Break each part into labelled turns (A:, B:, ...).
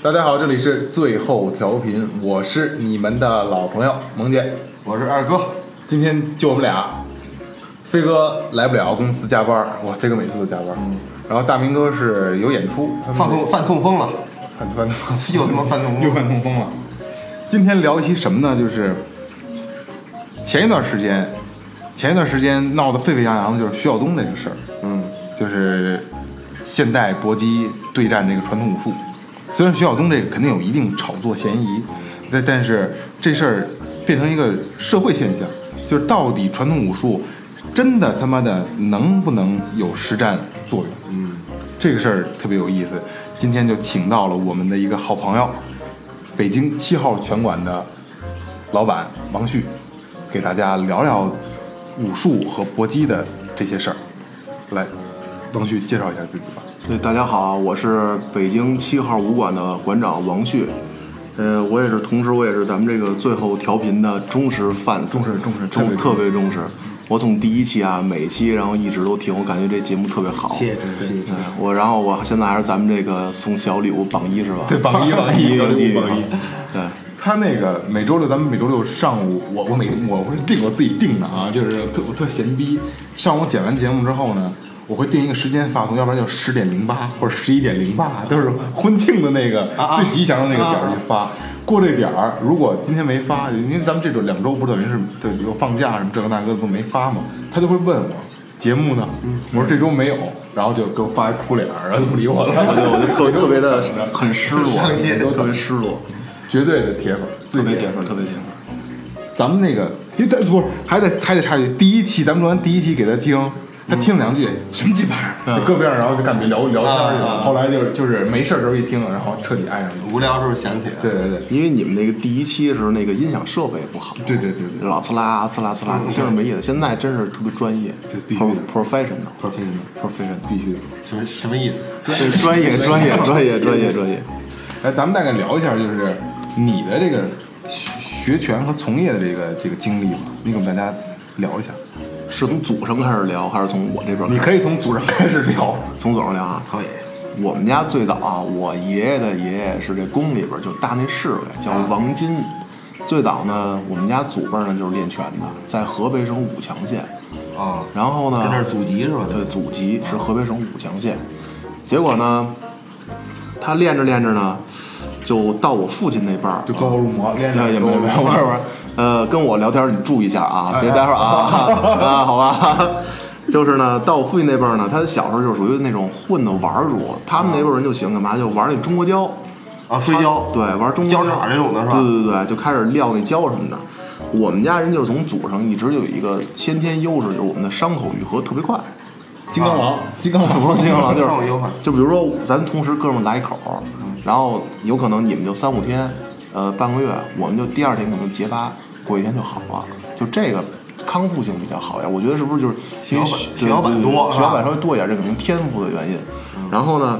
A: 大家好，这里是最后调频，我是你们的老朋友萌姐。
B: 我是二哥，
A: 今天就我们俩，飞哥来不了，公司加班儿，哇，飞哥每次都加班儿。
B: 嗯
A: 然后大明哥是有演出，他们
B: 犯痛犯痛风 了，
A: 犯犯
B: 又他妈犯痛
A: 又
B: 风，
A: 犯痛风了。今天聊一期什么呢？就是前一段时间，前一段时间闹得沸沸扬扬的就是徐晓东这个事儿，
B: 嗯，
A: 就是现代搏击对战这个传统武术。虽然徐晓东这个肯定有一定炒作嫌疑，但但是这事儿变成一个社会现象，就是到底传统武术真的他妈的能不能有实战作用？嗯，这个事儿特别有意思。今天就请到了我们的一个好朋友，北京七号拳馆的老板王旭，给大家聊聊武术和搏击的这些事儿。来，王旭介绍一下自己吧。
C: 对，大家好，啊我是北京七号武馆的馆长王旭，呃，我也是，同时我也是咱们这个最后调频的忠实 fans，
A: 忠实忠实
C: 忠
A: 特
C: 特
A: 别
C: 别忠实。我从第一期啊，每期然后一直都听，我感觉这节目特别好。
B: 谢谢支持，谢谢支持
C: 嗯。我然后我现在还是咱们这个送小礼物榜一是吧？啊
A: 对榜一榜 一小
C: 有
A: 礼
C: 地
A: 物
C: 狱
A: 榜一
C: 对，
A: 他那个每周六，咱们每周六上午，我我每我会定我自己定的啊，就是特我特闲逼。上午剪完节目之后呢，我会定一个时间发送，要不然就十点零八或者十一点零八，都是婚庆的那
C: 啊
A: 个、最吉祥的那个点儿去发。过这点儿，如果今天没发，因为咱们这周两周不是等于是对有放假什么这个那个都没发嘛，他就会问我节目呢，
C: 嗯
A: 我说这周没有，然后就给我发一哭脸儿，然后就不理我了。
C: 我就我就特特别的很失落，
A: 伤心
C: 特别失落，
A: 绝对的铁粉，最
C: 特别
A: 铁
C: 铁粉，特别铁粉。
A: 咱们那个，因为他不是还得还得插一句，第一期咱们录完第一期给他听，他听了两句，什么鸡巴玩意儿，
C: 嗯
A: 搁边上，然后就感觉聊聊天儿去
B: 啊
A: 了。
B: 啊
A: 后来就是就是没事儿的时候一听，然后彻底爱上了。
B: 无聊时候想起来，
A: 对，对对
C: 因为你们那个第一期是那个音响设备不好，
A: 对对对对
C: 老呲啦呲啦呲啦，听着没意思。现在真是特别专业，
A: 这必须的
C: pro- professional，
A: ，professional
C: professional，
A: 必须的。
B: 什么什么意思？
C: 对专业专业专业专业专业。
A: 哎，咱们大概聊一下，就是你的这个学学拳和从业的这个这个经历吧，你给我们大家聊一下。
C: 是从祖上开始聊，还是从我这边？
A: 你可以从祖上开始聊，
C: 从祖上聊啊。
B: 可以，
C: 我们家最早啊，我爷爷的爷爷是这宫里边儿就搭那侍卫，叫王金。最早呢，我们家祖辈儿呢就是练拳的，在河北省武强县。
B: 啊，
C: 然后呢，
B: 跟那是祖籍是吧？
C: 对，祖籍是河北省武强县。结果呢，他练着练着呢，就到我父亲那辈儿，
A: 就走火入魔，连着
C: 哎啊也
A: 走
C: 没
A: 火
C: 有
A: 入
C: 没有
A: 魔
C: 没有，没有呃，跟我聊天你注意一下啊，别待会儿啊啊，好吧。就是呢，到我父亲那辈儿呢，他小时候就属于那种混的玩儿主，他们那辈儿人就喜欢干嘛，就玩儿那中国胶，
B: 啊，摔跤，
C: 对，玩中
B: 交叉这种的是吧
C: 对对对，就开始撂那胶什么的。我们家人就是从祖上一直有一个先天优势，就是我们的伤口愈合特别快。
A: 金刚狼，金刚狼
C: 不是经常就是
B: 上午有款嗯
C: 就比如说咱同时哥们儿来一口，然后有可能你们就三五天，呃半个月，我们就第二天可能结疤，过一天就好了，就这个康复性比较好一点。我觉得是不是就是因为
B: 血
C: 对
B: 小板
C: 对
B: 血小板多
C: 对
B: 是
C: 血
B: 吧
C: 小板稍微多一点，这可能天赋的原因。然后呢，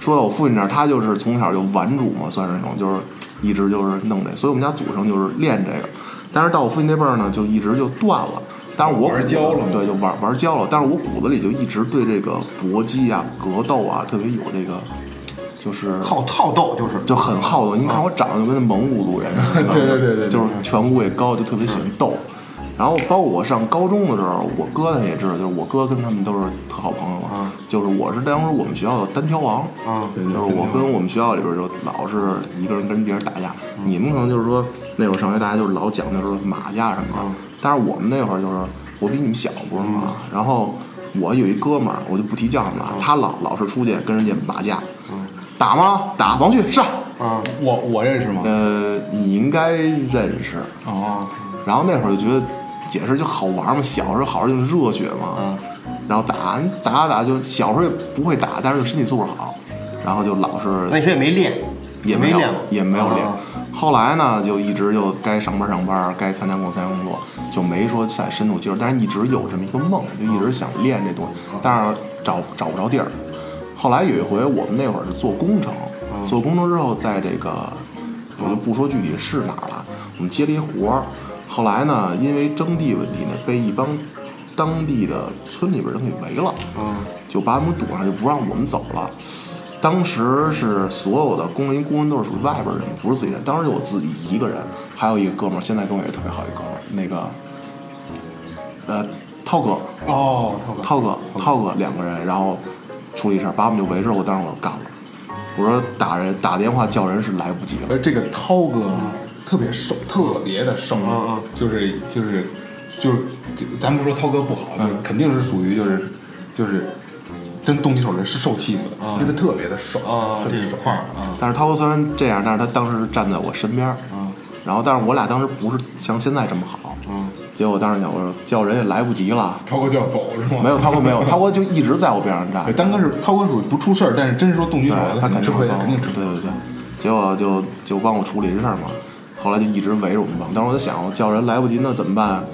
C: 说到我父亲那儿，他就是从小就玩主嘛，算是那种就是一直就是弄这，所以我们家祖上就是练这个，但是到我父亲那辈儿呢，就一直就断了。但是我
A: 玩焦了嘛
C: 对，就玩玩焦了。但是我骨子里就一直对这个搏击啊、格斗啊特别有这个，就是
B: 好好斗就是，
C: 就很好斗。你看我长得就跟那蒙古族人似的，
A: 对对对对对
C: 就是颧骨也高，就特别喜欢斗。然后包括我上高中的时候，我哥他也知道，就是我哥跟他们都是特好朋友嘛。就是我是当时我们学校的单挑王，
B: 啊
C: 就是我跟我们学校里边就老是一个人跟别人打架。你们可能就是说那会儿上学大家就是老讲究说马架什么的，但是我们那会儿就是我比你们小不是吗？然后我有一哥们儿，我就不提叫什么了，他老老是出去跟人家打架，打吗？打，王旭上。
B: 啊，
A: 我我认识吗？
C: 呃，你应该认识。
A: 哦，
C: 然后那会儿就觉得解释就好玩嘛，小时候好像就是热血嘛，
B: 嗯
C: 然后打打打打，就小时候也不会打，但是身体素质好，然后就老是
B: 那时候也没练，
C: 也
B: 没
C: 没有
B: 练过，
C: 也没有练
B: 啊。
C: 后来呢，就一直就该上班上班，该参加工作参加工作，就没说再深度接触。但是一直有这么一个梦，就一直想练这东西，
B: 嗯
C: 但是找找不着地儿。后来有一回，我们那会儿是做工程，
B: 嗯
C: 做工程之后，在这个我就不说具体是哪儿了，我们接了一活儿。后来呢，因为征地问题呢，被一帮当地的村里边人给围了，就把我们堵上，就不让我们走了。当时是所有的工人，工人都是属于外边人，不是自己人。当时就我自己一个人，还有一个哥们儿，现在跟我也特别好一哥们儿，那个，呃，涛哥，
A: 哦，涛哥，
C: 涛哥，涛哥两个人，然后出了一事儿，把我们就围着我，当时我就干了。我说打人打电话叫人是来不及了，
A: 而这个涛哥啊特别瘦，特别的瘦，
B: 嗯
A: 就是就是就是，就咱们不说涛哥不好，
C: 嗯
A: 就是肯定是属于就是就是真动起手来是受欺负的，
C: 嗯
A: 因为他特别的瘦，
B: 啊
A: 特别
B: 这
A: 瘦
B: 一块儿啊
C: 但是涛哥虽然这样，但是他当时是站在我身边，嗯，然后但是我俩当时不是像现在这么好，嗯，结果当时想我说叫人也来不及了，
A: 涛哥就要走是吗？
C: 没有涛哥没有，涛哥就一直在我边上站
A: 对，，丹哥是涛哥属于不出事儿，但是真是说动起手来，
C: 对，他
A: 肯定吃亏，
C: 会帮
A: 肯定吃亏
C: 对。对对，结果就就帮我处理这事儿嘛。后来就一直围着我们帮，当时我就想，叫人来不及，那怎么办？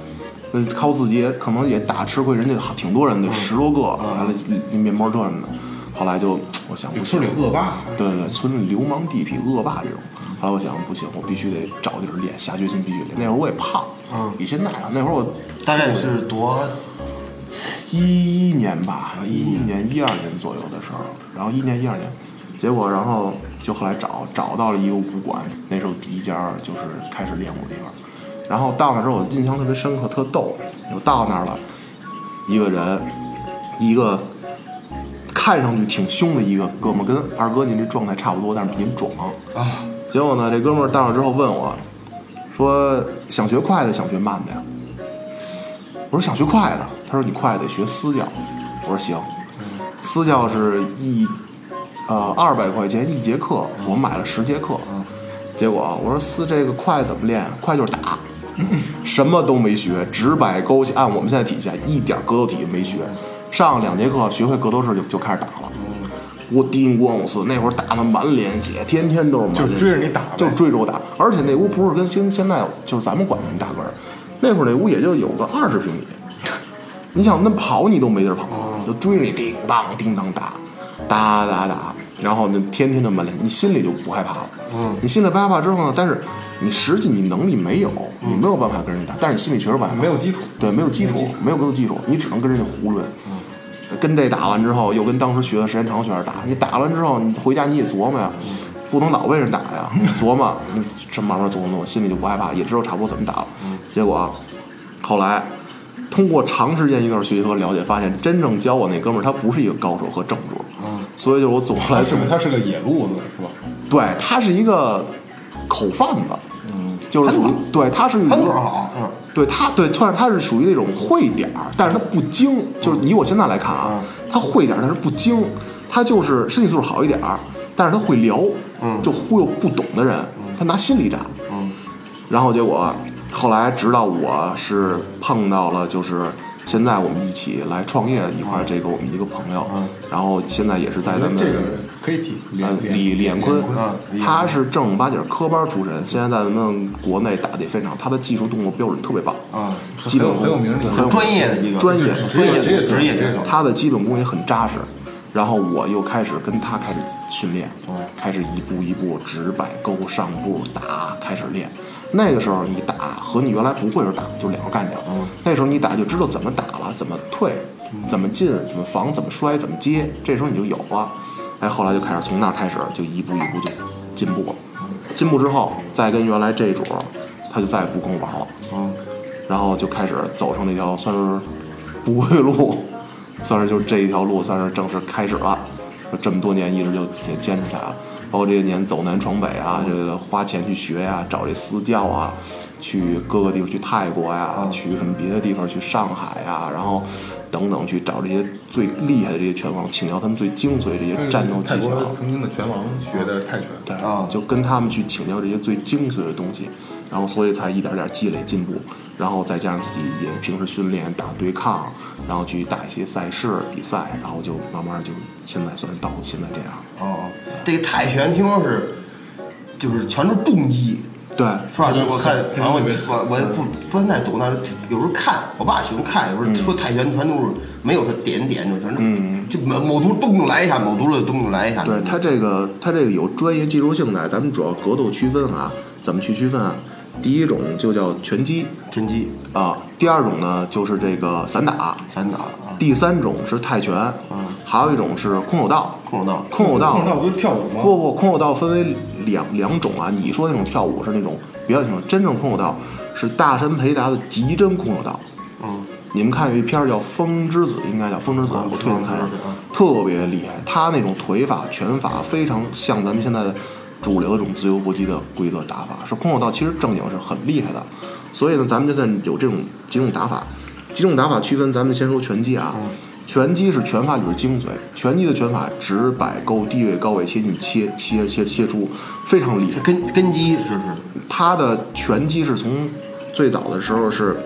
C: 那靠自己，可能也打吃亏，人家挺多
A: 嗯
C: 人的，十多个，完了面包这什么的。后来就我想，不
A: 有
C: 行
A: 村里有恶霸，
C: 对对对，村里流氓地痞恶霸这种。后来我想，不行，我必须得找地儿练，下决心必须练。那会儿我也胖，比现在啊，那会儿我
B: 大概是多
C: 一一年吧，一一年一二年左右的时候，然后一年一二年，结果然后就后来找找到了一个武馆，那时候第一家就是开始练武的地方，然后到那之后我印象特别深刻，特逗，我到那儿了，一个人，一个看上去挺凶的一个哥们儿，跟二哥您这状态差不多，但是比您壮啊。结果呢，这哥们儿到了之后问我，说想学快的，想学慢的呀？我说想学快的，他说你快得学私教，我说行，私教是一呃二百块钱一节课，我买了十节课，
A: 嗯
C: 结果啊我说私这个快怎么练？快就是打，什么都没学，直摆勾起，按我们现在体系啊一点格斗体也没学，上两节课学会格斗式就就开始打了。
A: 嗯
C: 我叮咣我呲，那会儿打的满脸血，天天都是满脸血，
A: 就是追着你打呗
C: 就追着我打。而且那屋不是跟现现在就是咱们管那么大个儿，那会儿那屋也就有个二十平米，你想那跑你都没地儿跑，
A: 哦
C: 就追着你叮当叮当打，打打打，然后呢天天的满脸，你心里就不害怕了。嗯，你心里不害怕之后呢，但是你实际你能力没有，你没有办法跟人打，但是你心里确实不害怕，
A: 没有基础
C: 对，没有基础，没有格斗基础，你只能跟人家胡抡。跟这打完之后，又跟当时学的时间长的学员打，你打完之后，你回家你也琢磨呀，不能老被人打呀，琢磨，你这慢慢琢磨，我心里就不害怕，也知道差不多怎么打了。结果啊后来通过长时间一段学习和了解，发现真正教我那哥们儿他不是一个高手和正主，所以就是我总后来
A: 他是不是他是个野路子是吧？
C: 对他是一个口贩子，嗯，就是属于对他是一
B: 他
C: 个
B: 那儿好，嗯，
C: 对他，对，但是他是属于那种会点儿，但是他不精，就是以我现在来看啊，他会点儿，但是不精，他就是身体素质好一点儿，但是他会聊，就忽悠不懂的人，他拿心理战，然后结果后来直到我是碰到了，就是现在我们一起来创业一块儿这个我们一个朋友，然后现在也是在咱们
A: 这个可以提
C: 呃，李李彦坤嗯
B: 啊，李彦
C: 他是正儿八经儿科班出身，现在在咱们国内打的也非常好，他的技术动作标准特别棒
A: 啊很
C: 基本
A: 很有
C: 功
A: 名儿的
C: 嗯很有
B: 专业的一个
C: 专业
B: 就是专业的
A: 职业
B: 职业
A: 职业
B: 选手
C: 他的基本功也很扎实。然后我又开始跟他开始训练，开始一步一步直摆勾上步打，开始练。那个时候你打和你原来不会时候打就两个概念。那时候你打就知道怎么打了，怎么退，怎么进，怎么防，怎么摔，怎么接，这时候你就有了。哎，后来就开始从那开始就一步一步就进步了。进步之后，再跟原来这主，他就再也不跟我玩了。然后就开始走上那条算是不归路， 算是就是这一条路算是正式开始了。就这么多年一直就也坚持下来了，包括这些年走南闯北啊，这个花钱去学呀、找这私教啊，去各个地方，去泰国呀、去什么别的地方，去上海呀、然后等等去找这些最厉害的这些拳王，请教他们最精髓的这些战斗
A: 嗯泰
C: 技巧
A: 国。曾经的拳王学的泰拳，
C: 对
B: 啊
C: 就跟他们去请教这些最精髓的东西，然后所以才一点点积累进步，然后再加上自己也平时训练打对抗，然后去打一些赛事比赛，然后就慢慢就现在算是到现在这样。
B: 哦，这个泰拳听说是就是全是重击，
C: 对，
B: 是吧？
A: 对
B: 我看，
A: 对
B: 反正我
A: 对
B: 我我也不不太懂，但是有时候看，我爸喜欢看，有时
A: 嗯
B: 候说泰拳全都是没有说点点，就全是就某某图动就来一下，某图的动就来一下。
C: 对它这个它这个有专业技术性的，咱们主要格斗区分啊，怎么去区分啊？第一种就叫拳击
B: 拳击、
C: 啊、第二种呢就是这个散打，
B: 散打啊，
C: 第三种是泰拳，还有一种是嗯空手道。
B: 空手道，
C: 空手道，
A: 碰到不就跳舞吗？
C: 不不，空手道分为两两种啊。你说那种跳舞是那种比较那种真正空手道是大山培达的极真空手道。
B: 嗯，
C: 你们看有一片儿叫《风之子》，应该叫《嗯风之子》，啊我推荐看一下
B: 知道，
C: 特别厉害。他那种腿法、拳法非常像咱们现在主流的这种自由搏击的规则打法，是空手道其实正经是很厉害的。所以呢，咱们现在有这种几种打法，几种打法区分，咱们先说拳击啊。拳击是拳法里边精髓，拳击的拳法直摆勾低位高位切进切切切切出，非常厉害。
B: 根根基是是，
C: 他的拳击是从最早的时候是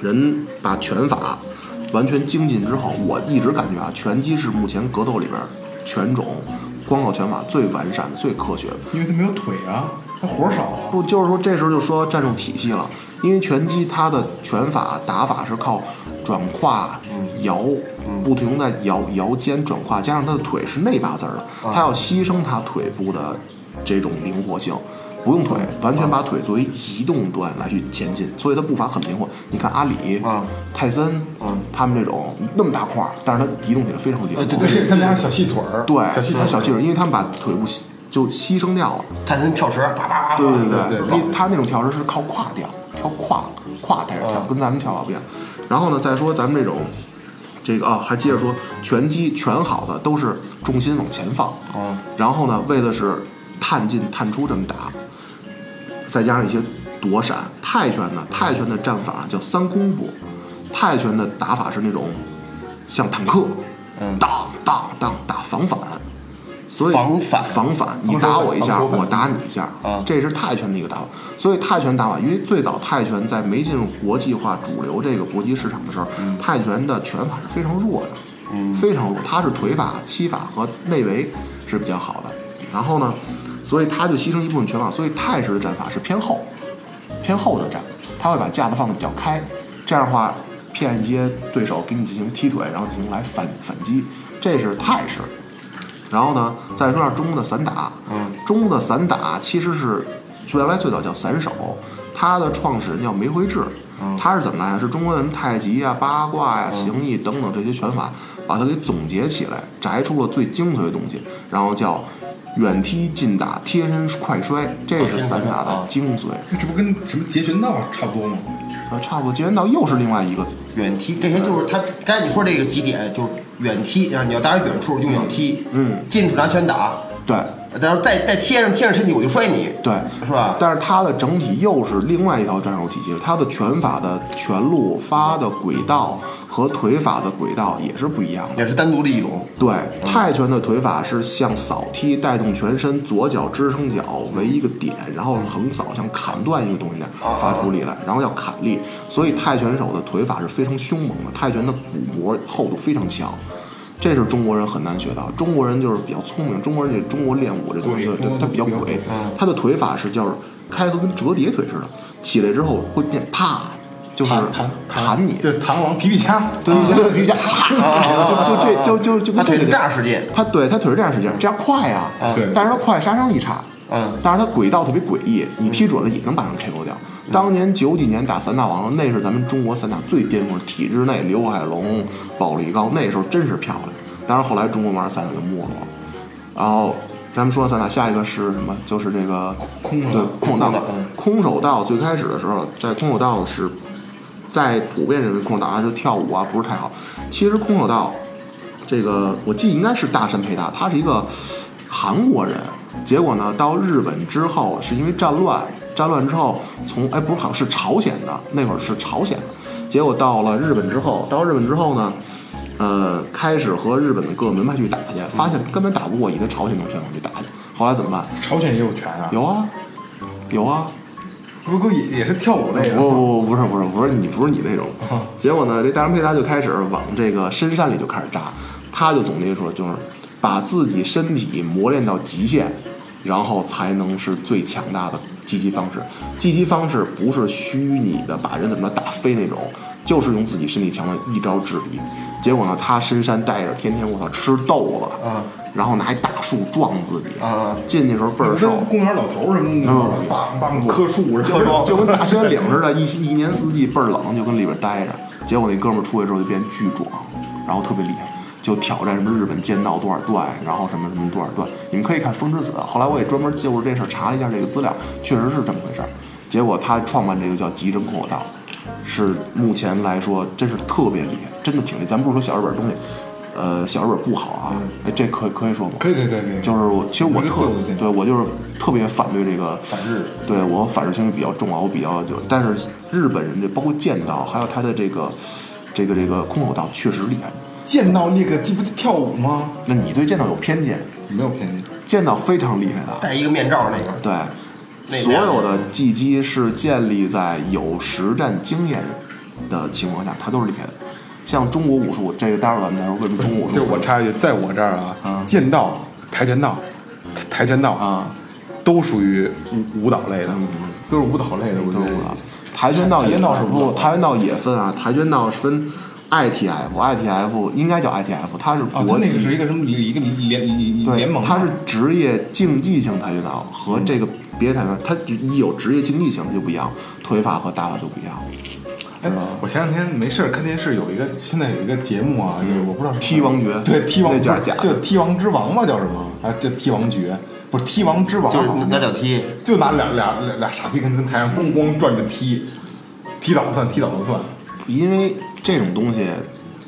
C: 人把拳法完全精进之后，我一直感觉啊，拳击是目前格斗里边拳种光靠拳法最完善的、最科学的。
A: 因为他没有腿啊，他活少啊。
C: 不就是说这时候就说战术体系了，因为拳击它的拳法打法是靠转胯、
B: 嗯
C: 摇，不停的摇摇肩转胯，加上他的腿是内八字儿的，
B: 啊
C: 他要牺牲他腿部的这种灵活性。不用腿，完
B: 啊
C: 全把腿作为移动端来去前进，所以他步伐很灵活。你看阿里、
B: 啊
C: 泰森，他们这种那么大块儿，但是他移动起来非常灵活。
B: 呃对
A: 而且他们俩小细腿儿，
C: 对，
A: 小细腿
C: 他
A: 儿，
C: 小细腿儿，因为他们把腿部牺就牺牲掉了。
B: 泰森跳绳，叭叭叭，
C: 对
B: 叭
A: 对
C: 对
A: 对
C: 因为他那种跳绳是靠胯跳，跳胯胯带着跳，跟咱们跳法不一样。然后呢，再说咱们这种这个啊，还接着说拳击拳好的都是重心往前放，
B: 嗯
C: 然后呢，为的是探进探出这么打，再加上一些躲闪。泰拳呢，泰拳的战法叫三空步，泰拳的打法是那种像坦克，当当当打防反。所以
B: 防反
C: 防反，你
A: 防守
C: 打
A: 反
C: 我一下，
A: 防守反
C: 我打你一下
B: 啊
C: 这是泰拳的一个打法。所以泰拳打法，因为最早泰拳在没进入国际化主流这个搏击市场的时候，泰拳的拳法是非常弱的，非常弱，它是腿法、膝法和内围是比较好的。然后呢，所以它就牺牲一部分拳法，所以泰式的战法是偏后，偏后的站，他会把架子放得比较开，这样的话骗一些对手给你进行踢腿，然后进行来反反击，这是泰式。然后呢，再说下中国的散打，嗯，中国的散打其实是原来最早叫散手，它的创始人叫梅辉志，他是怎么来的？是中国人太极啊、八卦呀、形意等等这些拳法，把它给总结起来，摘出了最精髓的东西，然后叫远踢、近打、贴身快摔，这哦是散打的精髓。
A: 那这不跟什么截拳道差不多吗？
C: 呃，差不多，截拳道又是另外一个，
B: 远踢，这些就是他刚才你说这个几点，就是远踢啊，你要打远处用脚踢，
C: 嗯，
B: 近处拿拳打，
C: 对
B: 然后再再贴上贴上身体我就摔你，
C: 对，
B: 是吧？
C: 但是它的整体又是另外一套战术体系，它的拳法的拳路发的轨道和腿法的轨道也是不一样的。
B: 也是单独的一种，
C: 对，泰拳的腿法是像扫踢，带动全身，左脚支撑脚为一个点，然后横扫，像砍断一个东西那样发出力来，然后要砍力。所以泰拳手的腿法是非常凶猛的，泰拳的骨膜厚度非常强。这是中国人很难学到，中国人就是比较聪明，中国人这中国练武这东西，
A: 对
C: 对他比较
A: 比较
C: 鬼
A: 鬼，
C: 他的腿法是就是开合跟折叠腿似的，起来之后会变啪，就是
A: 弹
C: 弹你，
A: 就是螳螂皮皮虾，
C: 对，就是皮夹，啪，就就这就就就
B: 他
C: 跟这
B: 腿
C: 个
B: 是炸世界，
C: 他对他腿是这样使劲，这样快呀、哎
A: 对
C: 但是他快杀伤力差，
B: 嗯，
C: 但是他轨道特别诡异，你踢准了也能把人 KO 掉。
A: 嗯
C: 嗯当年九几年打散打王朝，那是咱们中国散打最巅峰，体制内刘海龙、保利高，那时候真是漂亮。当然后来中国玩散打就没落了。然后咱们说完散打，下一个是什么？就是这个
A: 空手道
C: 对空
B: 空
C: 手道
B: 手道嗯。
C: 空手道最开始的时候，在空手道是在普遍认为空手道还是跳舞啊不是太好。其实空手道这个我记得应该是大山培达，他是一个韩国人。结果呢，到日本之后是因为战乱，战乱之后从哎不是好像是朝鲜的，那会儿是朝鲜的。结果到了日本之后，到日本之后呢，呃，开始和日本的各个门派去打去，发现根本打不过，也跟朝鲜那种拳法去打去。后来怎么办？
A: 朝鲜也有拳啊，
C: 有啊，有啊，
A: 不过也也是跳舞类
C: 不
A: 的。
C: 不不，不是不是不是你不是你那种。
B: 啊
C: 结果呢，这大人佩达就开始往这个深山里就开始扎，他就总结说，就是把自己身体磨练到极限，然后才能是最强大的击击方式。击击方式不是虚拟的把人怎么着打飞那种，就是用自己身体强壮一招制敌。结果呢，他深山待着，天天我操吃豆子，
B: 啊
C: 然后拿一大树撞自己，
B: 啊
C: 进去时候倍儿
A: 不是
C: 瘦。
A: 公园老头什么的，
C: 嗯
A: 梆梆棵树，
C: 就跟就跟大兴安岭 似的，一一年四季倍儿冷，就跟里边待着。结果那哥们儿出去之后就变巨壮，然后特别厉害。就挑战什么日本剑道多少段，然后什么什么多少段。你们可以看《风之子》，后来我也专门就着这事儿查了一下这个资料，确实是这么回事儿。结果他创办这个叫极真空手道，是目前来说真是特别厉害，真的挺厉害。咱不是说小日本东西，呃，小日本不好啊，哎，这可以可以说吗？
A: 嗯可以可以可以可以，
C: 就是我，其实我
A: 你这个自
C: 特
A: 由的见解
C: 对我就是特别反对这个
B: 反日，
C: 对我反日情绪比较重啊，我比较就，但是日本人这包括剑道，还有他的这个这个这个空手道确实厉害。
A: 剑道那个这不就跳舞吗？
C: 那你对剑道有偏见？
A: 没有偏见，
C: 剑道非常厉害的，
B: 戴一个面罩那个，
C: 对，
B: 那
C: 所
B: 边
C: 有的技击是建立在有实战经验的情况下，他都是厉害的。像中国武术，这个待会儿咱们再说为什么中国武术。
A: 就我插一句，在我这儿啊，
C: 嗯
A: 剑道、跆拳道、跆拳道
C: 啊，
A: 都属于舞舞蹈类的
C: 嗯，
A: 嗯都是舞蹈类的，我觉
C: 都是
A: 得
C: 舞蹈。跆拳道也
A: 跆拳
C: 分
A: 道是舞蹈
C: 不，跆拳道也分啊，跆拳道是分 ITF，ITF 应该叫 ITF，它是
A: 啊，
C: 国
A: 它
C: 际，
A: 那
C: 嗯
A: 个是一个什么一个联
C: 对
A: 联盟嗯吧，
C: 它是职业竞技性跆拳道和这个别的跆拳道，它一有职业竞技性它就不一样，腿法和打法就不一样。
A: 哎，
C: 嗯
A: 我前两天没事儿看电视，有一个现在有一个节目啊，就是我不知道是
C: 踢王爵
A: 对，踢王
C: 那叫
A: 不是
C: 假的
A: 就踢王之王嘛，叫什么？啊，叫踢王爵，不是踢王之王，
B: 就是拿脚踢，
A: 就拿俩俩俩俩傻逼跟跟台上咣咣转着踢，踢倒不算，踢倒不算。
C: 因为这种东西，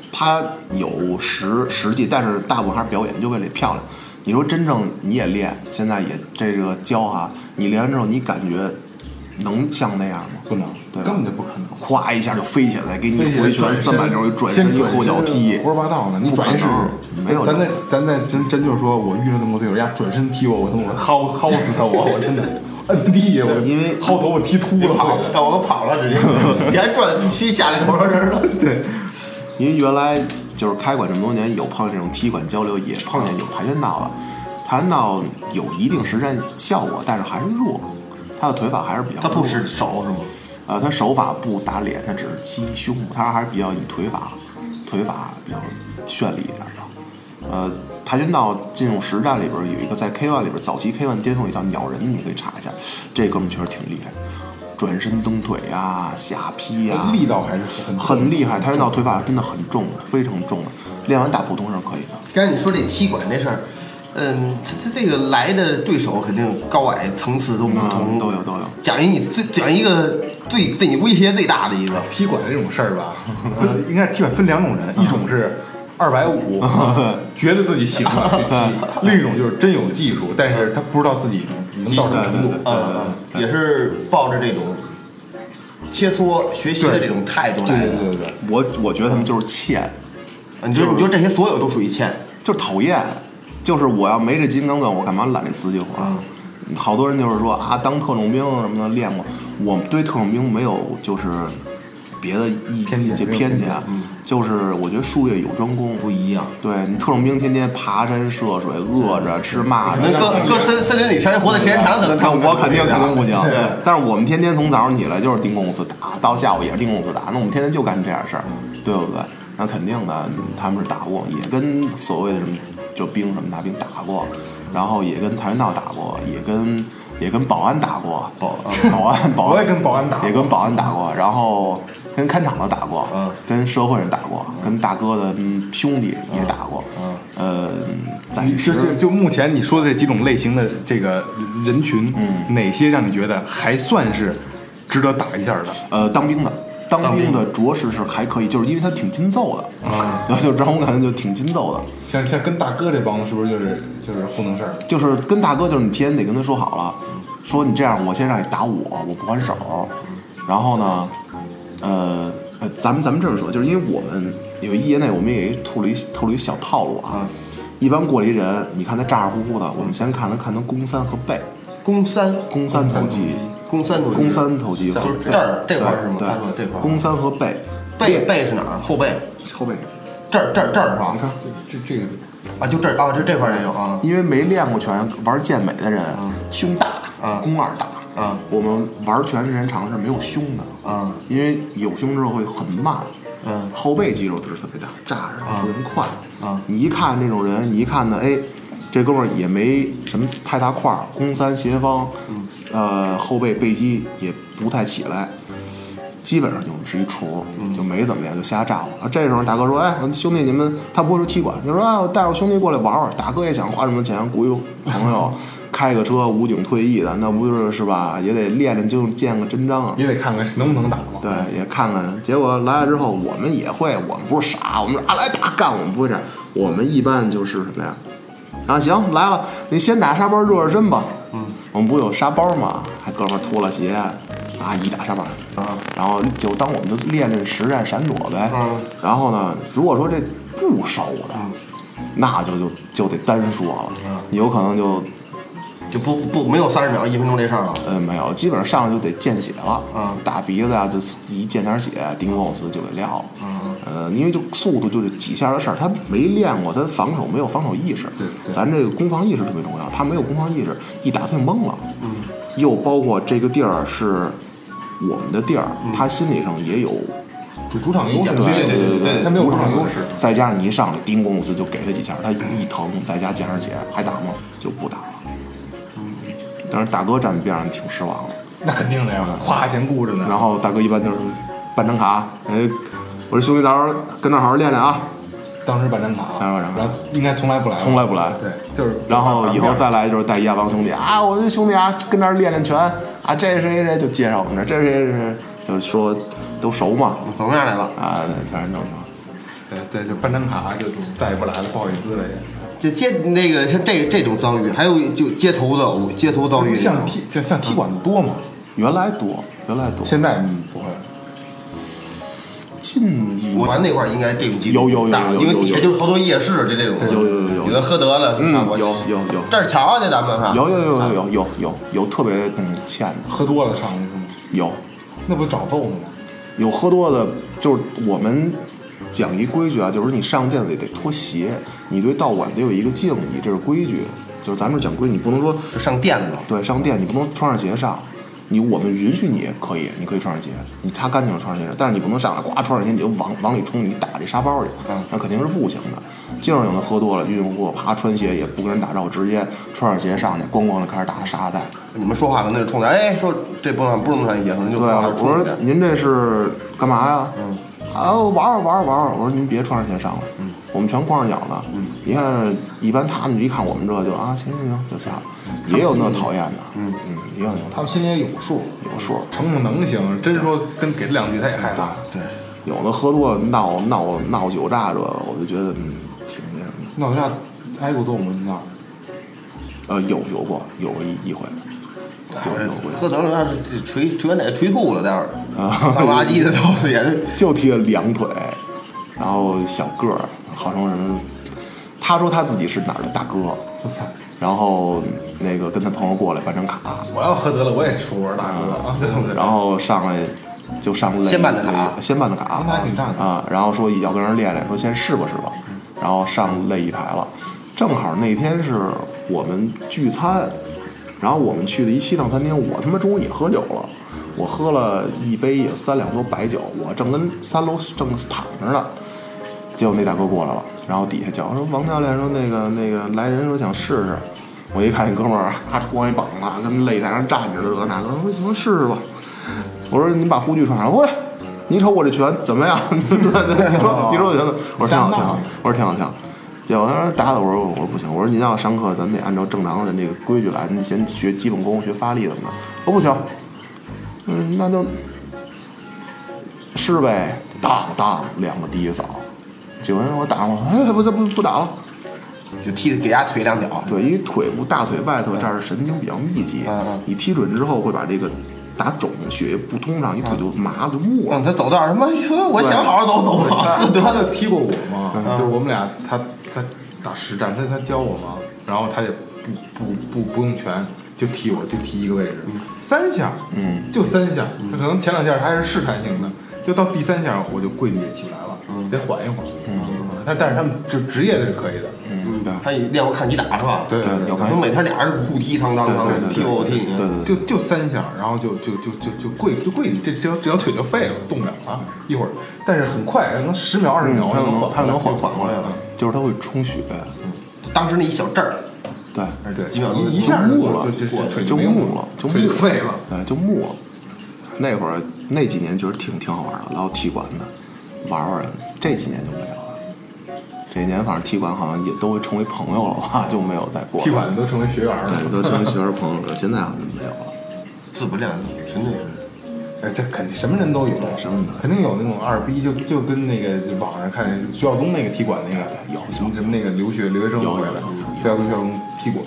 C: 它有实实际，但是大部分还是表演，就为了漂亮。你说真正你也练，现在也这个教哈，你练完之后你感觉能像那样吗？
A: 不能，
C: 对吧
A: 根本就不可能。
C: 咵一下就飞起来，给你回
A: 转身
C: 旋三百六十转
A: 先
C: 身一后脚踢
A: 转身，胡说八道呢！你
C: 不可
A: 转一试试，
C: 能没有
A: 咱
C: 这
A: 再咱再真真就是说，我遇上那么多队友，人家转身踢我，我他妈我薅薅死他，我我真的 摁地，我
C: 因为
A: 薅头我踢秃了，
B: 跑，让我给跑了 直接，你还转一踢下来头上这 儿了，
A: 对，
C: 因为原来就是开馆这么多年，有碰见这种踢馆交流，也碰见有跆拳道了。跆拳道有一定实战效果，但是还是弱，他的腿法还是比较弱。
B: 他不使手是吗？
C: 呃，他手法不打脸，他只是击胸部，他还是比较以腿法，腿法比较绚丽一点吧。呃，跆拳道进入实战里边儿有一个在 K1 里边儿早期 K1 巅峰也叫鸟人，你们可以查一下，这哥们儿确实挺厉害，转身蹬腿啊，下劈呀、
A: 力道还是很
C: 很厉害。跆拳道腿法真的很重，非常重的，练完打普通人可以的。
B: 刚才你说这踢馆这事儿，嗯，他他这个来的对手肯定高矮层次啊都不同，
C: 嗯都有都有
B: 讲一你最讲一个最对你威胁最大的一个，
A: 踢馆这种事儿吧， 分应该是踢馆分两种人，一种是二百 五，觉得自己喜欢去 踢；另一种就是真有技术，但是他不知道自己能到什么程度啊
C: 对对。对
B: 呃，也是抱着这种切磋学习的这种态度
A: 对
B: 来
A: 对
B: 的。
A: 对对对，
C: 我我觉得他们就是欠，
B: 你觉得你觉得这些所有都属于欠？
C: 就是讨厌，就是我要没这金刚钻，我干嘛揽这瓷器活啊？好多人就是说啊，当特种兵什么的练过，我对特种兵没有就是别的意
A: 偏见
C: 这
A: 没有偏
C: 偏见
A: 见
C: 啊，就是我觉得术业有专攻，不一样。对你特种兵天天爬山涉水，饿着吃蚂
B: 可能
C: 蚱。
B: 搁搁森森林里全活的时间长，可能
C: 那我肯定肯定不行
B: 对，
C: 但是我们天天从早上起来就是盯公司打，到下午也是盯公司打，那我们天天就干这样事儿，
A: 嗯
C: 对不对？那肯定的，他们是打过，也跟所谓的什么就兵什么大兵打过，然后也跟跆拳道打过，也跟也跟保安打过，保呃 保安保安
A: 我也跟保安打过
C: 也跟保安打过，然后跟看场的打过，
B: 嗯
C: 跟社会人打过，跟大哥的嗯兄弟也打过，
B: 嗯
C: 呃，暂
A: 哎你就
C: 时
A: 就就目前你说的这几种类型的这个人群，
C: 嗯
A: 哪些让你觉得还算是值得打一下的？
C: 呃，当兵的，当
B: 当
C: 兵
B: 兵
C: 的着实是还可以，就是因为他挺筋揍的，啊， 然后就让我感觉就挺筋揍的，
A: 像像跟大哥这帮子是不是就是就是糊弄事儿？
C: 就是跟大哥就是你提前得跟他说好了，说你这样，我先让你打我，我不还手，然后呢，呃，呃咱们咱们这么说，就是因为我们有一业内我们也透露一透露一小套路啊，一般过来一人，你看他咋咋呼呼的，我们先看他看他肱三和背，
B: 肱三，
C: 肱三头肌，
B: 肱三头肌，
C: 肱三头肌和
B: 就是
C: 背
B: 这儿这块儿是吗
C: 对
B: 大哥这块儿
C: 肱三和背，
B: 背背是哪儿？啊后背，
C: 后背，
B: 这儿这儿这儿是吧？
C: 你看。
A: 这这个
B: 啊，就这儿啊，这这块儿也有啊。
C: 因为没练过拳，玩健美的人、胸大，
B: 啊
C: 肱二大。
B: 啊
C: 我们玩拳时间长了是没有胸的，
B: 啊
C: 因为有胸之后会很慢，
B: 嗯
C: 后背肌肉都是特别大，炸着
B: 啊
C: 特别快。
B: 啊
C: 你一看这种人，你一看呢，哎，这哥们儿也没什么太大块儿，
B: 嗯
C: 肱三斜方，呃，后背背肌也不太起来。基本上就是一厨，就没怎么练，就瞎炸呼。这时候大哥说：“哎，兄弟，你们他不会说踢馆，他说哎，我带我兄弟过来玩玩。大哥也想花什么钱雇一朋友，开个车，武警退役的，那不就是是吧？也得练练，就见个真章啊。”
A: 也得看看能不能打嘛。
C: 对，也看看。结果来了之后，我们也会，我们不是傻，我们说啊来打干，我们不会这样。我们一般就是什么呀？啊，行，来了，你先打沙包热热身吧。嗯，我们不有沙包吗？还哥们儿脱了鞋，啊，一打沙包啊，然后就当我们就练练实战闪躲呗。
B: 嗯，
C: 然后呢，如果说这不熟的，那就就就得单说了，
B: 嗯
C: 你有可能就
B: 就不不没有三十秒、一分钟这事儿了。
C: 呃，没有，基本上上来就得见血了，
B: 嗯
C: 大鼻子啊，就一见点血，顶 boss 就给撂了，
B: 嗯，
C: 呃，因为就速度就是几下的事儿，他没练过，他防守没有防守意识，
A: 对对
C: 咱这个攻防意识特别重要，他没有攻防意识，一打他就懵了，嗯，又包括这个地儿是我们的地儿，
B: 嗯
C: 他心理上也有
A: 主主场优势，
B: 对
A: 对
B: 对
A: 对
B: 对
A: 他没有主场优势。
C: 再加上你一上来，丁公司就给他几下，他一疼，再加加上血，还打吗？就不打了。但是大哥站边上挺失望的，
A: 那肯定的呀， 花钱雇着呢。
C: 然后大哥一般就是办张卡，哎，我说兄弟，到时候跟那儿好好练练啊，
A: 当时办张卡，
C: 当时办张卡
A: 然后应该从来不来，
C: 哎从来不来。
A: 对，就是
C: 然后以后再来就是带一大帮兄弟啊，我这兄弟啊，跟那儿练练拳啊，这是谁谁谁就介绍我们这儿，这是谁谁谁，就是说都熟嘛，
B: 怎么样来了？
C: 啊，全是正常。
A: 对对，就办张卡就再也不来了，不好意思了也。
B: 就街那个像这这种遭遇，还有就街头的我街头遭遇，
A: 像踢就像踢馆子多嘛，
C: 原来多，原来多，
A: 现在嗯不会了。
C: 近一
B: 我们那块儿应该这种机制
C: 有有有
B: 大
C: 有
B: 因为
C: 有
B: 底下
C: 有
B: 就是好多夜市这这种，
C: 有有有有
B: 有的喝得了，
C: 嗯
B: 啥我
C: 有有有
B: 这儿瞧啊，这咱们啊哈，
C: 有有有有有有有有特别嗯欠的，
A: 喝多了上去是吗？
C: 有
A: 那不找揍吗？
C: 有喝多的，就是我们讲一规矩啊，就是你上店里得脱鞋，你对道馆得有一个敬意，这是规矩。就是咱们讲规矩，你不能说
B: 就上垫子，
C: 对上店你不能穿上鞋上，你我们允许你可以，你可以穿上鞋，你擦干净了穿上鞋，但是你不能上来呱穿上鞋你就往往里冲，你打这沙包去
A: 嗯，
C: 那肯定是不行的。经常有的喝多了晕晕乎乎，啪穿鞋也不跟人打招呼，直接穿上鞋上去，咣咣的开始打沙袋。
B: 你们说话可能就冲咱，哎，说这不能不能穿鞋，可能就
C: 对啊，
B: 往
C: 我
B: 那冲
C: 说
B: 着点
C: 您这是干嘛呀？嗯，啊，玩儿玩儿玩儿。我说您别穿上鞋上了，嗯，我们全光着脚呢。嗯，一看一般他们一看我们这就啊行行行就下了，也有那讨厌的，嗯嗯，也有那
A: 他们心里也有数，
C: 有数，
A: 嗯成不能行，真说跟给这两句他也害怕。
B: 对，
C: 有的喝多了闹闹闹酒炸这个，我就觉得嗯挺那什么的。
A: 闹架挨过揍吗？那
C: 呃，有有过有过一一回，有有过一回
B: 喝得了，那是捶捶完得捶吐了，待会儿
C: 啊
B: 大吧唧的都是也是
C: 就踢了两腿，然后小个儿，号称什么？他说他自己是哪儿的大哥，
A: 我操！
C: 然后那个跟他朋友过来办张卡，
A: 我要喝得了，我也出大哥啊，对不对？
C: 然后上来就上来
B: 先办的卡
C: 擂先办的卡，
A: 那还挺大的
C: 啊，然后说要跟人练练，说先试吧试吧，然后上擂一排了，正好那天是我们聚餐，然后我们去的一西藏餐厅，我他妈中午也喝酒了。我喝了一杯也三两多白酒，我正跟三楼正躺着呢，结果那大哥过来了，然后底下叫说王教练说那个那个来人说想试试，我一看那哥们儿啊光一膀子跟擂台上站着的这那个，我说行试试吧。我说你把护具穿上，喂，你瞅我这拳怎么样？你说你说我拳头，我说挺好挺好，我说挺好挺好。结果他说打的，我说我说不行，我说您要上课，咱们得按照正常的那个规矩来，你先学基本功，学发力怎么的。我不行，嗯，那就是呗，当当两个第一扫，九人我打我，哎，不是不不打了。
B: 就踢给丫腿两脚，
C: 对，因为腿部大腿外侧这儿神经比较密集
B: 嗯嗯，
C: 你踢准之后会把这个打肿，血液不通畅，你腿就麻了就木
B: 让
C: 了。
B: 他走道儿，他妈我想好好走走好好
A: 他
B: 喝得
A: 他
B: 了，
A: 就踢过我嘛，就是我们俩他他打实战，他他教我嘛，然后他也不不不不用拳，就踢我就踢一个位置，三下，
C: 嗯，
A: 就三下，他可能前两下他还是试探性的，就到第三下我就跪地也起不来了，得缓一会儿，嗯，但但是他们就职业的是可以的，
C: 嗯，对，
B: 他练过看你打是吧？
A: 对
C: 对，有
B: 我
C: 关系
B: 们。每天俩人互踢，当当
C: 对
B: 当
C: 对对
B: 踢我我踢
C: 对对
B: 你，
C: 对对，
A: 就就三下，然后就就就就就跪就跪地，这这条这条腿就废了，动不了了，一会儿，但是很快，可能十秒二十秒
C: 嗯它
A: 就
C: 能
A: 缓，
C: 它能
A: 缓
C: 缓缓过来
A: 了
C: 了，，就是它会充血，
B: 当时那一小阵儿，
C: 哎对，
A: 对，
B: 几秒钟
A: 一
B: 就
A: 下
B: 木
A: 过
C: 了
A: 就就
C: 过了
A: 腿
C: 就
A: 没有
C: 木了就
A: 腿
C: 木
A: 就
C: 了
A: 废了。
C: 对，就木了。那会儿那几年觉得挺挺好玩的，老有踢馆的，玩玩。这几年就没有了，这几年反正踢馆好像也都会成为朋友了吧，就没有再过了。
A: 踢馆的都成为学员了。
C: 对，都成为学生朋友了，现在好像就没有了。
B: 自不量力，真的是。
A: 哎，这肯定什么人都有，
C: 什么人都有
A: 肯定有那种二逼，就就跟那个就网上看徐晓东那个踢馆那个，
C: 有
A: 什么什么那个留学留学生
C: 有
A: 回来
C: 有
A: 的
C: 有，
A: 非要跟徐晓东踢馆，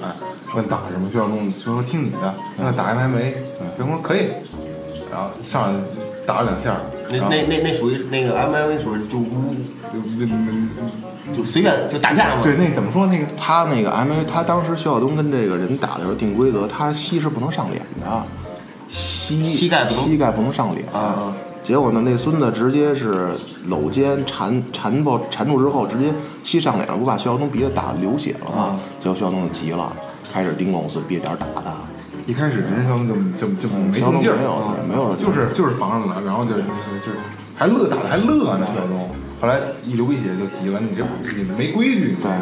A: 问打什么，徐晓东就说听你的，那打 MMA，员工说可以，然后上来打了两下，
B: 那
A: 然后
B: 那那那属于那个 M I V 属于就就随便就打架嘛。
A: 对，那怎么说那个
C: 他那个 M A，他当时徐晓东跟这个人打的时候定规则，他膝是不能上脸的，膝
B: 膝盖不能
C: 膝盖不能上脸
B: 啊啊！
C: 结果呢，那孙子直接是搂肩缠缠抱缠住之后，直接膝上脸了，不把徐晓东鼻子打得流血了吗？
B: 啊
C: 结果徐晓东就急了，开始叮咣死别点儿打他，
A: 一开始人生就就就没
C: 小
A: 动劲儿，
C: 没有
A: 啊
C: 对没有这
A: 就是就是防上了，然后就就是还乐打的还乐呢，小东。后来一流鼻血就急了，你这你没规矩，你知道吗？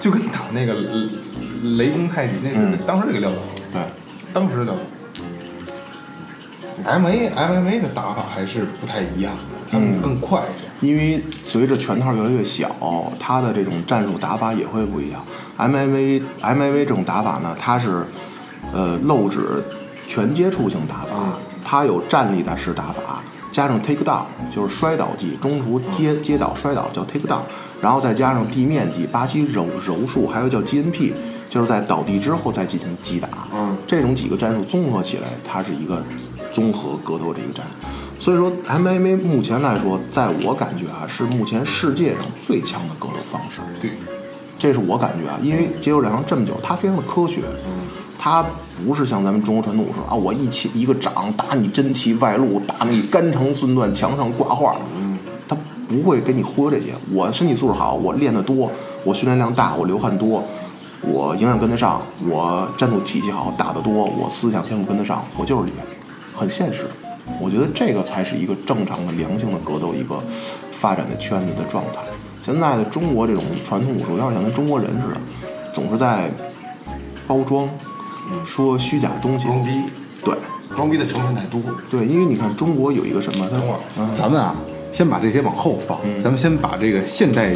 A: 就跟打那个雷公太极那
C: 嗯
A: 是当时就给撂倒了，
C: 对，
A: 当时就撂倒了。M A M M A 的打法还是不太一样的，他们
C: 嗯
A: 更快一点。
C: 因为随着拳套越来越小，它的这种战术打法也会不一样。MMA MMA 这种打法呢，它是呃漏指全接触性打法，它有站立的式打法，加上 take down 就是摔倒技，中途接接倒摔倒叫 take down，然后再加上地面技，巴西柔柔术，还有叫 GNP，就是在倒地之后再进行击打。
B: 嗯
C: 这种几个战术综合起来，它是一个综合格斗的一个战术。所以说，MMA 目前来说，在我感觉啊，是目前世界上最强的格斗方式。
A: 对，
C: 这是我感觉啊，因为街头战场这么久，它非常的科学，它不是像咱们中国传统武术啊，我一起一个掌打你真气外露，打你肝肠寸断，墙上挂画，它不会给你忽悠这些。我身体素质好，我练得多，我训练量大，我流汗多。我营养跟得上，我战术体系好，打得多，我思想天赋跟得上，我就是厉害，很现实。我觉得这个才是一个正常的、良性的格斗一个发展的圈子的状态。现在的中国这种传统武术，要是想跟中国人似的，总是在包装，
A: 嗯
C: 说虚假东西。
B: 装逼，
C: 对
B: 装逼的成分太多。
C: 对，因为你看中国有一个什么，它
A: 等会儿，嗯咱们啊，先把这些往后放，咱们先把这个现代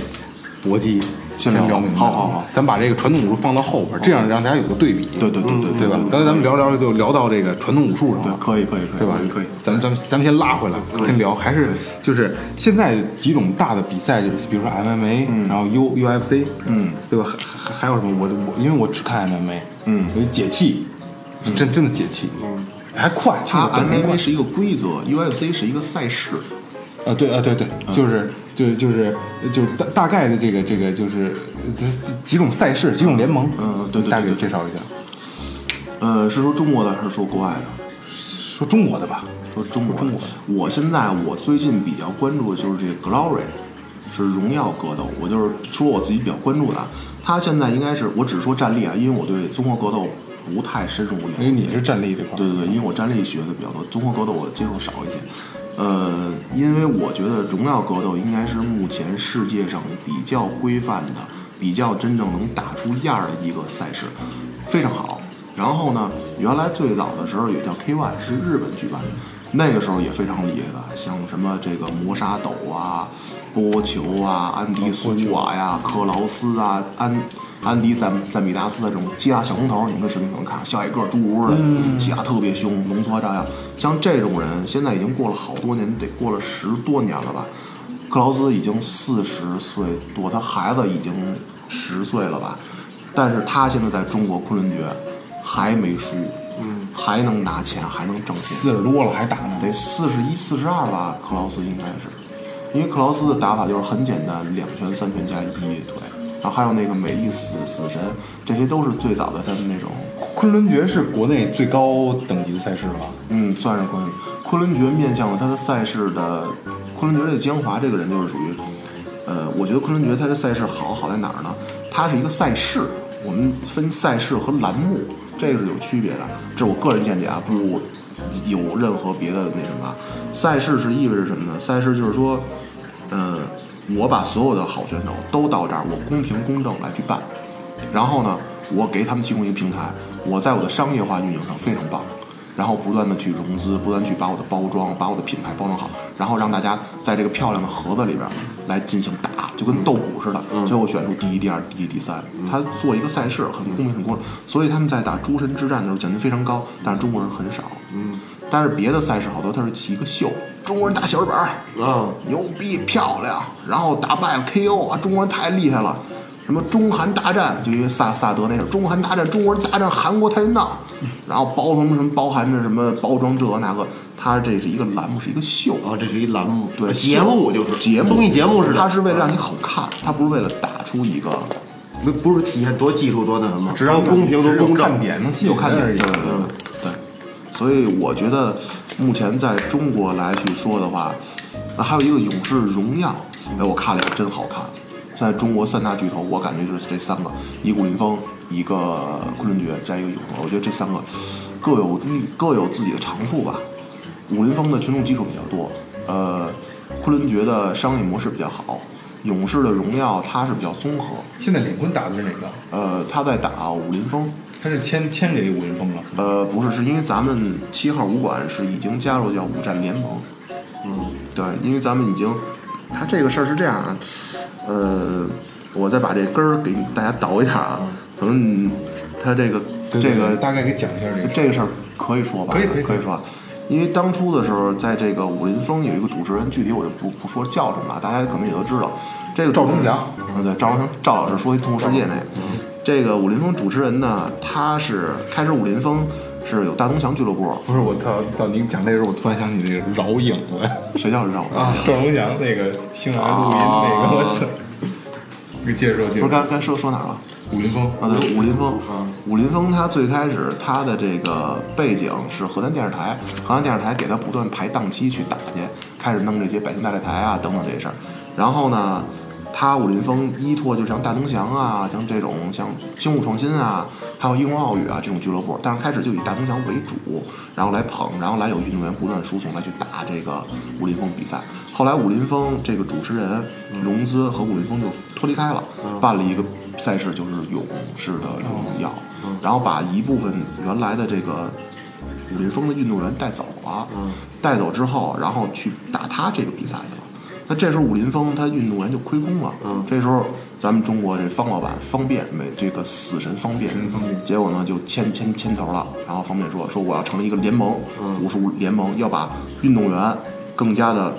A: 搏击
C: 先
A: 先
C: 聊
A: 聊明白。
C: 好好好
A: 咱把这个传统武术放到后边儿，这样让大家有个对比。
C: 对对对对
A: 嗯对吧？刚才咱们聊聊就聊到这个传统武术上
C: 对
A: 了，，
C: 可以可以可以，
A: 对吧？
C: 可以。
A: 咱们咱们咱们先拉回来，先聊，还是就是现在几种大的比赛，就是比如说 MMA，、然后 U UFC，
C: 嗯，
A: 对吧？还还还有什么？我我因为我只看 MMA，
C: 嗯
A: 我就解气，是真真的解气，嗯，还快，
C: 它
A: 本身快
C: MMA 是一个规则，UFC 是一个赛事。
A: 啊，对啊，对对，
C: 嗯
A: 就是就就是就是大大概的这个这个就是呃这几种赛事、几种联盟，
C: 嗯对对对
A: 大概
C: 对
A: 介绍一下。
C: 呃，是说中国的还是说国外的？
A: 说中国的吧，
C: 说中国，中国。我现在我最近比较关注的就是这个 Glory，是荣耀格斗。我就是说我自己比较关注的啊，他现在应该是我只说战力啊，因为我对综合格斗不太深入了解。
A: 因为哎你是战力这块儿，
C: 对对对，因为我战力学的比较多，综合格斗我接触少一些。呃，因为我觉得荣耀格斗应该是目前世界上比较规范的、比较真正能打出样儿的一个赛事，非常好。然后呢，原来最早的时候也叫 K1，是日本举办的，那个时候也非常厉害的，像什么这个磨砂斗啊、波球啊、安迪苏瓦呀、克劳斯啊、安安迪赞赞比达斯的这种希腊小红头，你们是不是能看？小矮个儿侏儒似的，希腊特别凶，浓缩炸药。像这种人，现在已经过了好多年，得过了十多年了吧？克劳斯已经四十岁多，他孩子已经十岁了吧？但是他现在在中国昆仑决还没输，嗯，还能拿钱，还能挣钱。
A: 四十多了还打呢，
C: 得四十一、四十二吧，克劳斯应该是，因为克劳斯的打法就是很简单，两拳、三拳加一腿，然后还有那个美丽死死神，这些都是最早的他们那种，
A: 昆仑决是国内最高等级的赛事了吧？
C: 嗯，算是昆仑昆仑决面向了他的赛事的昆仑决这江华这个人就是属于，呃，我觉得昆仑决他的赛事好好在哪儿呢？它是一个赛事，我们分赛事和栏目，这个是有区别的，这是我个人见解啊，不有任何别的那什么啊。赛事是意味着什么呢？赛事就是说，嗯，我把所有的好选手都到这儿，我公平公正来去办，然后呢，我给他们提供一个平台，我在我的商业化运营上非常棒。然后不断的去融资，不断地去把我的包装，把我的品牌包装好，然后让大家在这个漂亮的盒子里边来进行打，就跟斗鼓似的，最后选出第一、第二、第一、第三。他做一个赛事很公平，很公正，所以他们在打诸神之战的时候奖金非常高，但是中国人很少。嗯，但是别的赛事好多它是一个秀，中国人打小日本儿，
B: 啊，
C: 牛逼漂亮，然后打败了 KO 啊，中国人太厉害了。什么中韩大战，就因为萨萨德那事儿，中韩大战，中国人大战韩国跆拳道，然后包什么什么包含着什么包装这个那个，它这是一个栏目，是一个秀，
B: 啊，这是一栏目，
C: 对
B: 节目就是嗯
C: 节目
B: 综艺节目似的，
C: 它是为了让你好看，它不是为了打出一个
B: 不嗯不是体现多技术多那什么，
A: 只要
B: 公平多
A: 只有
B: 公
A: 看
B: 正，
A: 点能吸
C: 有
A: 引
C: 看点
A: 人
C: 儿
A: 而已
C: 对对对对对，所以我觉得目前在中国来去说的话，那还有一个《勇士荣耀》，哎，我看了一个真好看。在中国三大巨头，我感觉就是这三个：一个古林峰，一个昆仑决，加一个勇士。我觉得这三个各有嗯各有自己的长处吧。武林风的群众基础比较多，呃，昆仑决的商业模式比较好，勇士的荣耀它是比较综合，
A: 现在领quân打的是哪个？
C: 呃，他呃在打武林风，
A: 他是签签给武云峰了。
C: 呃，不是，是因为咱们七号武馆是已经加入叫五战联盟，嗯，对，因为咱们已经，他这个事儿是这样啊，呃，我再把这根儿给大家倒一下啊，可能他这个
A: 对对
C: 这个
A: 对大概给讲一下这个事儿。
C: 这个事儿可以说吧？
A: 可以可以
C: 可以说啊。因为当初的时候，在这个武林峰有一个主持人，具体我就不不说叫什么了，大家可能也都知道。这个
A: 赵
C: 主持人
A: 忠祥嗯
C: 啊，对，赵忠祥，赵老师说一《动物世界》那个。这个武林峰主持人呢，他是开始武林峰是有大东祥俱乐部，
A: 不是我操操！你讲这个时候，我突然想起这个饶颖了
C: 谁叫绕
A: 啊，赵忠祥那个星来录音那个，我操！你接着说，接着
C: 不是
A: 说。
C: 刚刚说说哪儿了？
A: 武云峰
C: 啊，对，武林风，武林风他最开始他的这个背景是河南电视台，河南电视台给他不断排档期去打去，开始弄这些百姓大擂台啊等等这些事儿。然后呢，他武林风依托就像大东祥啊，像这种像精武创新啊，还有英国奥羽啊这种俱乐部，但是开始就以大东祥为主，然后来捧，然后来有运动员不断输送来去打这个武林风比赛。后来武林风这个主持人融资和武林风就脱离开了，办了一个赛事，就是勇士的荣耀，然后把一部分原来的这个武林风的运动员带走了，带走之后，然后去打他这个比赛去了。那这时候武林风他运动员就亏空了，这时候咱们中国这方老板方便没这个死神方便，
A: 神方便
C: 结果呢就牵牵牵头了，然后方便说说我要成立一个联盟，武术联盟要把运动员更加的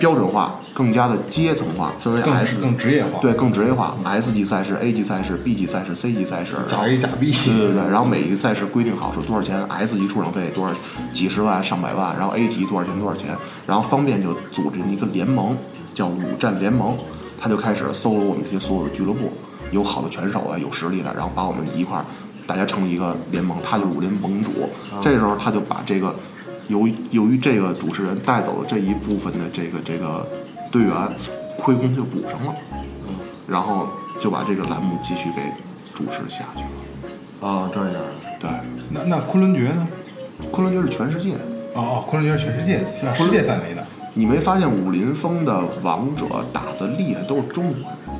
C: 标准化，更加的阶层化，分为 S
A: 更更职业化，
C: 对，更职业化，S 级赛事、A 级赛事、B 级赛事、C 级赛事，然后
A: 假 A 假 B，
C: 对对对，然后每一个赛事规定好是多少钱，S 级出场费多少，几十万、上百万，然后 A 级多少钱多少钱，然后方便就组织一个联盟，叫五战联盟，他就开始搜罗我们这些所有的俱乐部，有好的拳手啊，有实力的，然后把我们一块儿，大家成立一个联盟，他就是武林盟主，这时候他就把这个。由于由于这个主持人带走了这一部分的这个这个队员，亏空就补上了，嗯然后就把这个栏目继续给主持下去了。
B: 啊，这样，
C: 对，
A: 那那昆仑决呢？
C: 昆仑决是全世界。
A: 哦哦，昆仑决是全世界是世界范围的，
C: 你没发现武林风的王者打的厉害都是中国人？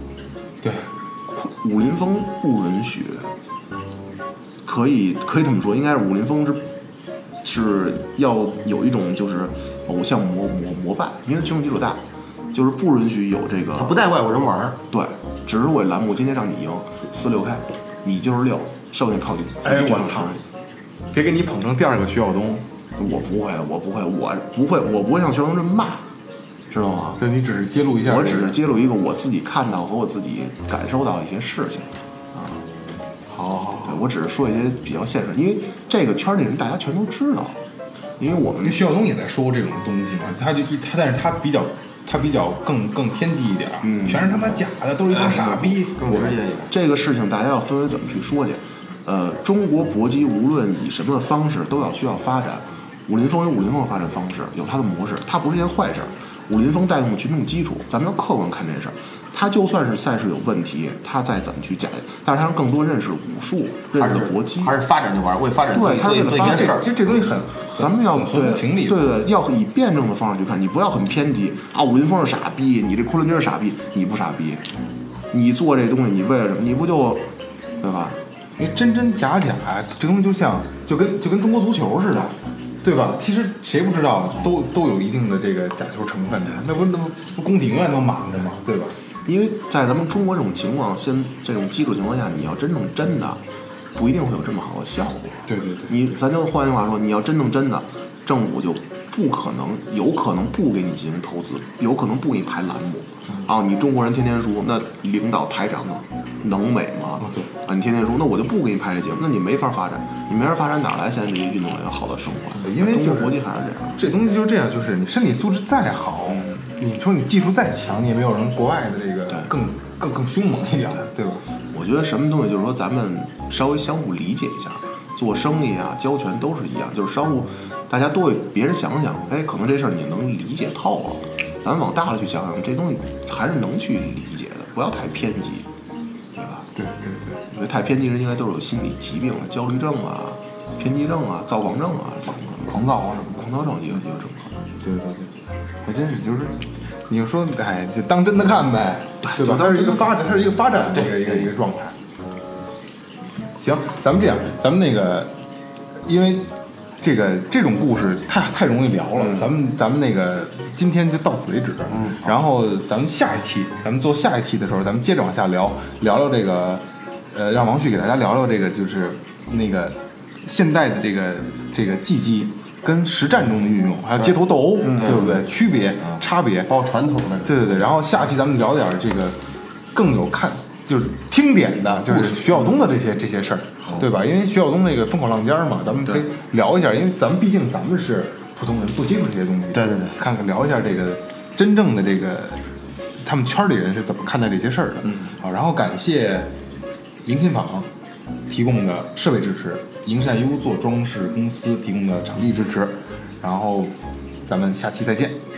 A: 对，
C: 武林风不允许，可以可以这么说，应该是武林风是是要有一种就是偶像膜膜膜拜，因为群众基础大，就是不允许有这个
B: 他不带外国人玩儿，
C: 对，只是我栏目今天让你赢四六开，你就是六，剩下靠你自己
A: 哎我
C: 这种
A: 操
C: 实力
A: 别给你捧成第二个徐晓东，
C: 我不会，我不会，我不会，我不会像学生这么骂，知道吗？
A: 就是你只是揭露一下这个，
C: 我只是揭露一个我自己看到和我自己感受到的一些事情，啊，好好好，对我只是说一些比较现实，因为这个圈里人大家全都知道，因为我
A: 因为
C: 们
A: 徐晓东也在说过这种东西嘛，他就一他，但是他比较他比较更更偏激一点儿，
C: 嗯
A: 全是他妈假的，都是一帮傻逼。
B: 更
A: 我
B: 直接一点。
C: 这个事情大家要分为怎么去说去，呃，中国搏击无论以什么方式都要需要发展，武林风有武林风的发展方式，有它的模式，它不是一件坏事儿。武林风带动了群众基础，咱们要客观看这事儿。它就算是赛事有问题，它再怎么去讲，但是它让更多认识武术，认
B: 还
C: 识
B: 是
C: 搏击，
B: 还是发展就玩儿，为发展做
C: 对他为
B: 做
C: 了
B: 做一
C: 发
B: 件
C: 展
B: 事儿
A: 这。这这东西很，
C: 咱们要
A: 很很
C: 对
A: 有情理
C: 对对，要以辩证的方式去看，你不要很偏激啊！武林风是傻逼，你这昆仑军是傻逼，你不傻逼，你做这东西你为了什么？你不就对吧？
A: 哎因为真真假假，这东西就像就跟就跟中国足球似的，对吧？其实谁不知道，都都有一定的这个假球成分的，那不那不宫体永远都满着吗？对吧？
C: 因为在咱们中国这种情况，先这种基础情况下，你要真弄真的，不一定会有这么好的效果。
A: 对对对，
C: 你咱就换句话说，你要真弄真的，政府就不可能，有可能不给你进行投资，有可能不给你排栏目。
A: 嗯
C: 啊，你中国人天天说，那领导台长呢，能美吗？
A: 啊对
C: 啊，你天天说，那我就不给你排这节目，那你没法发展，你没法发展，哪来现在这些运动员有好的生活？
A: 对因为
C: 中国
A: 就是
C: 国际还是这样。
A: 这东西就是这样，就是你身体素质再好，你说你技术再强，你也没有人国外的这个更更更凶猛一点，对吧？
C: 我觉得什么东西就是说咱们稍微相互理解一下，做生意啊、交权都是一样，就是相互大家多为别人想想，哎，可能这事儿你能理解透了。咱们往大了去想想，这东西还是能去理解的，不要太偏激，对吧？
A: 对对对，
C: 因为太偏激人应该都是有心理疾病啊，焦虑症啊、偏激症啊、躁狂症啊什么的，
A: 狂躁啊什么的。
C: 狂躁症也有也有这种。
A: 对对对，还真是就是，你就说哎，就当真的看呗，对吧？它是一个发展，它是一个发展的一个一个一个状态。行，咱们这样，咱们那个，因为这个这种故事太太容易聊了，咱们咱们那个今天就到此为止。嗯，然后咱们下一期，咱们做下一期的时候，咱们接着往下聊，聊聊这个，呃，让王旭给大家聊聊这个，就是那个现代的这个这个技击跟实战中的运用，还有街头斗殴，对不对？区别、差别，
B: 包括传统的
A: 对对对，然后下期咱们聊点儿这个更有看，就是听点的，就是徐晓东的
B: 哦
A: 这些这些事儿，对吧？因为徐晓东那个风口浪尖儿嘛，咱们可以聊一下，因为咱们毕竟咱们是普通人，不接触这些东西。
B: 对对对
A: 看看聊一下这个真正的这个他们圈儿里人是怎么看待这些事儿的。嗯，好，然后感谢迎新坊提供的设备支持，营善优作装饰公司提供的场地支持，然后咱们下期再见，啊